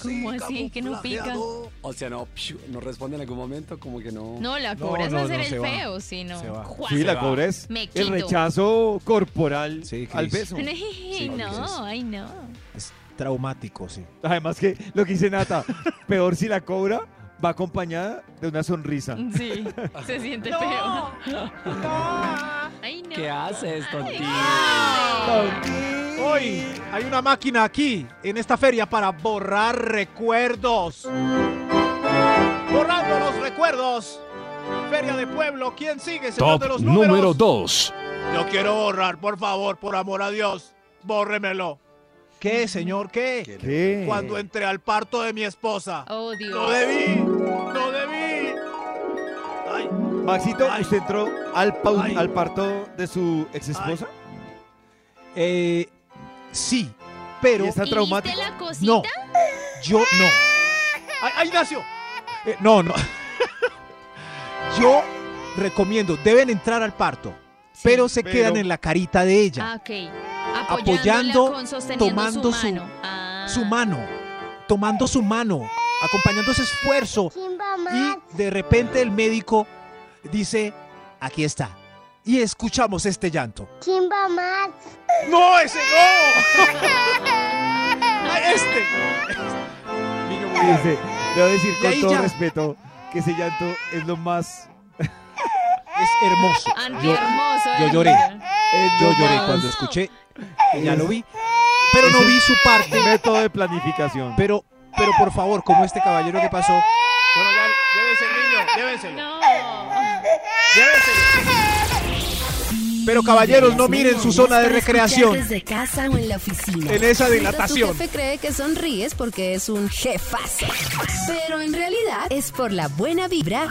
[SPEAKER 4] ¿Cómo así que no pica?
[SPEAKER 6] O sea, no, pshu, no responde en algún momento, como que no.
[SPEAKER 4] No, la
[SPEAKER 3] No,
[SPEAKER 4] cobra
[SPEAKER 3] no,
[SPEAKER 4] es hacer
[SPEAKER 3] no, se
[SPEAKER 4] el
[SPEAKER 3] va.
[SPEAKER 4] feo, sino.
[SPEAKER 3] Se va.
[SPEAKER 4] ¡Jua!
[SPEAKER 2] Sí,
[SPEAKER 3] Se
[SPEAKER 2] la
[SPEAKER 3] va.
[SPEAKER 2] cobra es
[SPEAKER 4] Me quito.
[SPEAKER 2] el rechazo corporal
[SPEAKER 3] Sí,
[SPEAKER 2] al
[SPEAKER 3] Cris.
[SPEAKER 2] beso.
[SPEAKER 4] Ay,
[SPEAKER 3] Sí,
[SPEAKER 4] no,
[SPEAKER 3] dices.
[SPEAKER 4] ay, no.
[SPEAKER 3] Es traumático, sí.
[SPEAKER 2] Además que lo que dice Nata, peor si la cobra va acompañada de una sonrisa.
[SPEAKER 4] Sí, se siente feo.
[SPEAKER 5] No, no.
[SPEAKER 4] Ay, no.
[SPEAKER 6] ¿Qué haces,
[SPEAKER 4] Ay,
[SPEAKER 6] tontín?
[SPEAKER 3] Eh, Hoy hay una máquina aquí, en esta feria, para borrar recuerdos. Borrando los recuerdos. Feria de pueblo, ¿quién sigue? Señor de
[SPEAKER 7] Top
[SPEAKER 3] los
[SPEAKER 7] número
[SPEAKER 3] números.
[SPEAKER 7] 2.
[SPEAKER 3] Yo quiero borrar, por favor, por amor a Dios. Bórremelo. ¿Qué, señor? ¿Qué?
[SPEAKER 2] ¿Qué?
[SPEAKER 3] Cuando entré al parto de mi esposa.
[SPEAKER 4] Oh, Dios.
[SPEAKER 3] ¡No debí! ¡No debí! Ay,
[SPEAKER 2] Maxito,
[SPEAKER 3] Ay.
[SPEAKER 2] ¿usted entró al, pau-
[SPEAKER 3] Ay.
[SPEAKER 2] al parto de su ex esposa?
[SPEAKER 3] eh, sí, pero
[SPEAKER 2] ¿Y está
[SPEAKER 4] ¿Y
[SPEAKER 2] traumático?
[SPEAKER 4] ¿Viste la cosita?
[SPEAKER 3] no. Yo no. ¡Ay, ay, Ignacio! Eh, no, no. Yo recomiendo, deben entrar al parto,
[SPEAKER 4] Sí.
[SPEAKER 3] pero se
[SPEAKER 2] Pero-
[SPEAKER 3] quedan en la carita de ella.
[SPEAKER 4] Ah, ok.
[SPEAKER 3] Apoyando,
[SPEAKER 4] Apoyando, con, sosteniendo
[SPEAKER 3] tomando su-
[SPEAKER 4] su mano. Ah.
[SPEAKER 3] Su mano, tomando su mano, acompañando ese esfuerzo. Y de repente el médico dice, aquí está. Y escuchamos este llanto.
[SPEAKER 8] Chimba más.
[SPEAKER 3] ¡No, ese no! Ay, este. Niño muy bien.
[SPEAKER 2] Dice, debo decir
[SPEAKER 3] Y
[SPEAKER 2] con
[SPEAKER 3] ahí
[SPEAKER 2] todo
[SPEAKER 3] ya.
[SPEAKER 2] respeto que ese llanto es lo más
[SPEAKER 3] Es hermoso.
[SPEAKER 4] Andy,
[SPEAKER 3] Yo-
[SPEAKER 4] hermoso.
[SPEAKER 3] yo
[SPEAKER 4] Andy.
[SPEAKER 3] lloré. Eh.
[SPEAKER 2] es
[SPEAKER 3] Yo
[SPEAKER 2] lo
[SPEAKER 3] lloré
[SPEAKER 2] más
[SPEAKER 3] cuando escuché, que ya lo vi, pero no
[SPEAKER 2] Ese-
[SPEAKER 3] vi su parte.
[SPEAKER 2] método de planificación.
[SPEAKER 3] Pero, pero por favor, como este caballero que pasó,
[SPEAKER 9] Bueno, ya, llévense el niño, llévenselo,
[SPEAKER 4] No.
[SPEAKER 9] llévenselo.
[SPEAKER 3] Pero, caballeros, no miren su zona de
[SPEAKER 1] Para escuchar
[SPEAKER 3] recreación.
[SPEAKER 1] Desde casa o en la oficina.
[SPEAKER 3] En esa
[SPEAKER 1] Mientras
[SPEAKER 3] dilatación.
[SPEAKER 1] Tu jefe cree que sonríes porque es un jefazo. Pero en realidad es por la buena vibra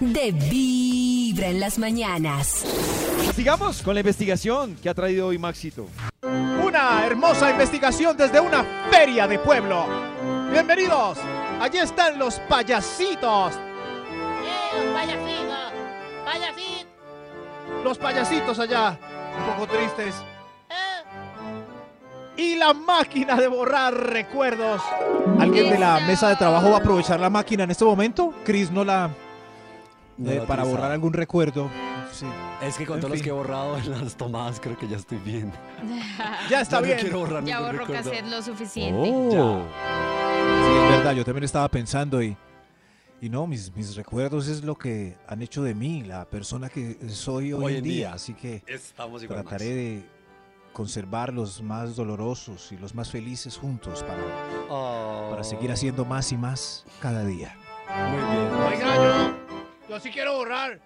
[SPEAKER 1] de Vibra en las mañanas.
[SPEAKER 2] Sigamos con la investigación que ha traído hoy Maxito.
[SPEAKER 3] una hermosa investigación desde una feria de pueblo. Bienvenidos, allí están los payasitos.
[SPEAKER 5] Eh, payasito, payasito.
[SPEAKER 3] Los payasitos allá, un poco tristes.
[SPEAKER 5] eh.
[SPEAKER 3] Y la máquina de borrar recuerdos. ¿Alguien de la mesa de trabajo va a aprovechar la máquina en este momento? Chris no la...
[SPEAKER 6] No
[SPEAKER 3] eh,
[SPEAKER 6] la
[SPEAKER 3] para
[SPEAKER 6] utilizaba.
[SPEAKER 3] borrar algún recuerdo. Sí.
[SPEAKER 6] Es que con
[SPEAKER 3] En
[SPEAKER 6] todos los
[SPEAKER 3] fin.
[SPEAKER 6] que he borrado en las tomadas, creo que ya estoy bien.
[SPEAKER 3] Ya está
[SPEAKER 6] Ya no
[SPEAKER 3] bien.
[SPEAKER 6] quiero borrar
[SPEAKER 4] Ya
[SPEAKER 6] ningún
[SPEAKER 4] borro
[SPEAKER 6] recuerdo.
[SPEAKER 4] cassette lo suficiente.
[SPEAKER 3] Oh. Sí, es verdad, yo también estaba pensando y, y no, mis, mis recuerdos es lo que han hecho de mí, la persona que soy hoy, en día. Así que
[SPEAKER 6] Estamos igual, Max.
[SPEAKER 3] trataré de conservar los más dolorosos y los más felices juntos para,
[SPEAKER 6] Oh.
[SPEAKER 3] para seguir haciendo más y más cada día.
[SPEAKER 6] Muy bien.
[SPEAKER 9] Oiga, yo, yo sí quiero borrar.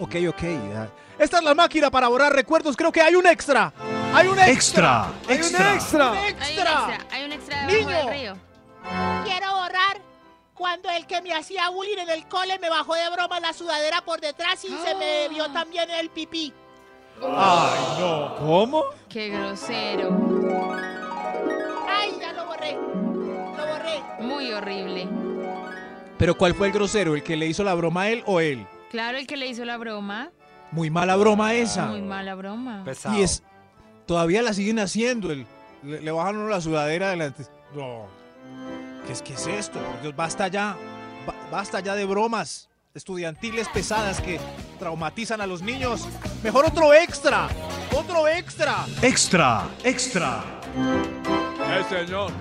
[SPEAKER 3] Ok, ok. ya. Esta es la máquina para borrar recuerdos. Creo que hay un extra. Hay un extra. Hay un
[SPEAKER 9] extra.
[SPEAKER 3] extra.
[SPEAKER 4] Hay un extra, hay un extra debajo
[SPEAKER 3] Niño.
[SPEAKER 4] del río.
[SPEAKER 5] Quiero borrar cuando el que me hacía bullying en el cole me bajó de broma la sudadera por detrás y se me
[SPEAKER 3] Ah.
[SPEAKER 5] vio también el pipí.
[SPEAKER 2] ¿Cómo?
[SPEAKER 4] Qué grosero.
[SPEAKER 5] Ay, ya lo borré. Lo borré.
[SPEAKER 4] Muy horrible.
[SPEAKER 3] Pero ¿cuál fue el grosero? ¿El que le hizo la broma a él o él?
[SPEAKER 4] Claro, el que le hizo la broma.
[SPEAKER 3] Muy mala broma esa.
[SPEAKER 4] Muy mala broma.
[SPEAKER 6] Pesado.
[SPEAKER 3] Y es. Todavía la siguen haciendo. El, le, le bajan uno la sudadera adelante. No. ¿Qué es, qué es esto? Por Dios, basta ya. Ba- basta ya de bromas estudiantiles pesadas que traumatizan a los niños. Mejor otro extra. Otro extra.
[SPEAKER 9] Extra, extra. Eh, señor,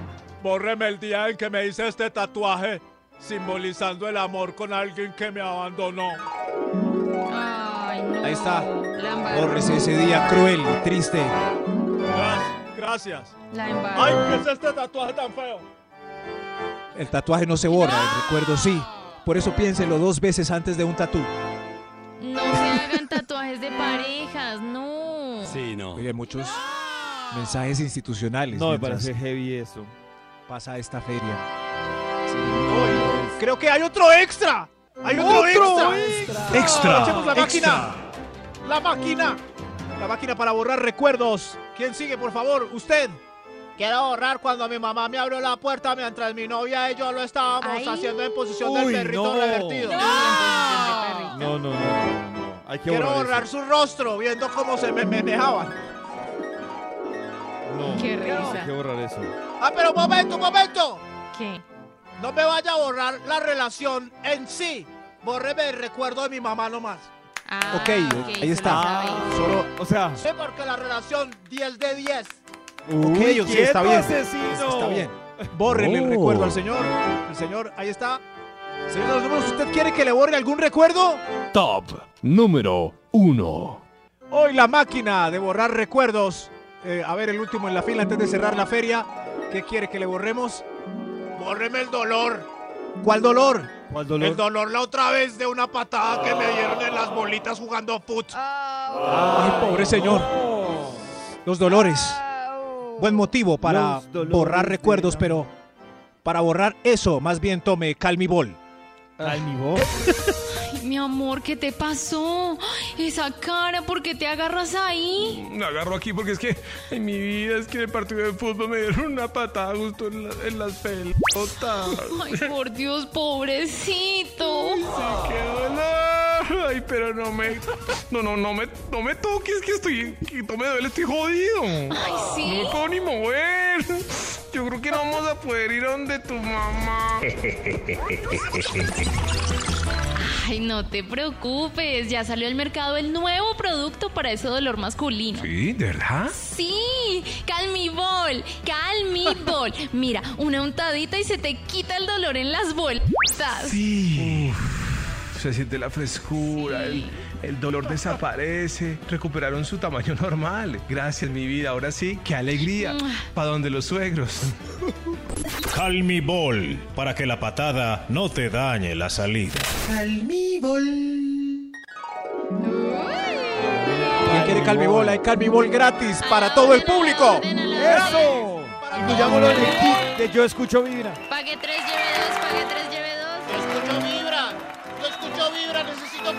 [SPEAKER 9] bórreme el día en que me hice este tatuaje, simbolizando el amor con alguien que me abandonó.
[SPEAKER 4] Ay, no.
[SPEAKER 3] Ahí está.
[SPEAKER 4] La embarró.
[SPEAKER 3] Borres ese día cruel y triste.
[SPEAKER 9] Gracias, gracias.
[SPEAKER 4] La
[SPEAKER 9] Ay,
[SPEAKER 4] embarró.
[SPEAKER 9] ¿qué es este tatuaje tan feo?
[SPEAKER 3] El tatuaje no se borra, el recuerdo sí. Por eso piénselo dos veces antes de un tatú.
[SPEAKER 4] No se hagan tatuajes de parejas, no.
[SPEAKER 6] Sí, no.
[SPEAKER 3] Oye, hay muchos mensajes institucionales.
[SPEAKER 2] No, me
[SPEAKER 3] mientras
[SPEAKER 2] parece heavy eso.
[SPEAKER 3] Pasa esta feria.
[SPEAKER 9] Creo que hay otro extra. Hay otro, extra.
[SPEAKER 7] Extra.
[SPEAKER 9] Echemos la máquina.
[SPEAKER 3] La máquina. La máquina para borrar recuerdos. ¿Quién sigue, por favor? Usted.
[SPEAKER 5] Quiero borrar cuando mi mamá me abrió la puerta mientras mi novia y yo lo estábamos
[SPEAKER 4] Ay.
[SPEAKER 5] haciendo en posición
[SPEAKER 2] Uy,
[SPEAKER 5] del perrito
[SPEAKER 2] no.
[SPEAKER 5] revertido.
[SPEAKER 4] No. La posición de
[SPEAKER 2] No,
[SPEAKER 4] perrito.
[SPEAKER 2] no, no, no, no. Hay que
[SPEAKER 5] Quiero
[SPEAKER 2] borrar.
[SPEAKER 5] borrar
[SPEAKER 2] eso.
[SPEAKER 5] su rostro viendo cómo se me menejaban.
[SPEAKER 2] No,
[SPEAKER 4] Qué
[SPEAKER 2] hay que
[SPEAKER 4] risa.
[SPEAKER 2] borrar eso.
[SPEAKER 5] Ah, pero un momento, un momento.
[SPEAKER 4] ¿Qué?
[SPEAKER 5] No me vaya a borrar la relación en sí. Bórreme el recuerdo de mi mamá nomás.
[SPEAKER 4] Ah,
[SPEAKER 6] Ok, ahí
[SPEAKER 4] se lo
[SPEAKER 6] está.
[SPEAKER 4] sabe.
[SPEAKER 2] Solo, o sea,
[SPEAKER 5] Sí, porque la relación 10 de 10.
[SPEAKER 2] uy,
[SPEAKER 3] sí, está
[SPEAKER 2] quieto,
[SPEAKER 3] bien.
[SPEAKER 2] asesino.
[SPEAKER 6] Está bien.
[SPEAKER 3] Bórrele
[SPEAKER 6] Oh.
[SPEAKER 3] el recuerdo al señor. El señor, ahí está. Señor de los números, ¿usted quiere que le borre algún recuerdo?
[SPEAKER 7] Top número 1.
[SPEAKER 3] Hoy la máquina de borrar recuerdos. Eh, a ver, el último en la fila antes de cerrar la feria. ¿Qué quiere que le borremos?
[SPEAKER 5] Bórreme el dolor.
[SPEAKER 3] ¿Cuál dolor?
[SPEAKER 2] ¿Cuál
[SPEAKER 5] El
[SPEAKER 2] dolor?
[SPEAKER 5] dolor la otra vez de una patada que me dieron en las bolitas jugando fut.
[SPEAKER 3] Ay, pobre señor. Los dolores. Buen motivo para
[SPEAKER 2] Los dolores
[SPEAKER 3] borrar
[SPEAKER 2] de
[SPEAKER 3] recuerdos,
[SPEAKER 2] la-
[SPEAKER 3] pero para borrar eso, más bien tome Calmibol.
[SPEAKER 2] Calmibol.
[SPEAKER 4] Ay, mi amor, ¿qué te pasó? Ay, Esa cara, ¿por qué te agarras ahí?
[SPEAKER 8] Me agarro aquí porque es que en mi vida es que en el partido de fútbol me dieron una patada justo en, la- en las pelotas.
[SPEAKER 4] Ay, por Dios, pobrecito.
[SPEAKER 8] ¡Qué dolor! Ay, pero no me. No, no, no me, no me toques, que estoy. Que no me duele, estoy jodido.
[SPEAKER 4] Ay, sí.
[SPEAKER 8] No me puedo ni mover. Yo creo que no vamos a poder ir a donde tu mamá.
[SPEAKER 4] Ay, no te preocupes, ya salió al mercado el nuevo producto para ese dolor masculino.
[SPEAKER 8] Sí, ¿de verdad?
[SPEAKER 4] Sí, Calmibol, Calmibol. Mira, una untadita y se te quita el dolor en las bolsas.
[SPEAKER 8] Sí. Se siente la frescura,
[SPEAKER 4] Sí.
[SPEAKER 8] el, el dolor desaparece, recuperaron su tamaño normal. Gracias, mi vida, ahora sí, qué alegría. Para donde los suegros.
[SPEAKER 10] Calmibol, para que la patada no te dañe la salida.
[SPEAKER 3] ¿Quién quiere Calmibol? Hay Calmibol gratis para todo el público.
[SPEAKER 4] Ordena la
[SPEAKER 2] ¡Eso! Incluyámoslo en el kit de Yo Escucho Vibra.
[SPEAKER 4] Pague tres, lleve dos, pague tres, lleve
[SPEAKER 5] Yo
[SPEAKER 4] dos.
[SPEAKER 5] escucho vibra. Yo escucho vibra. Necesito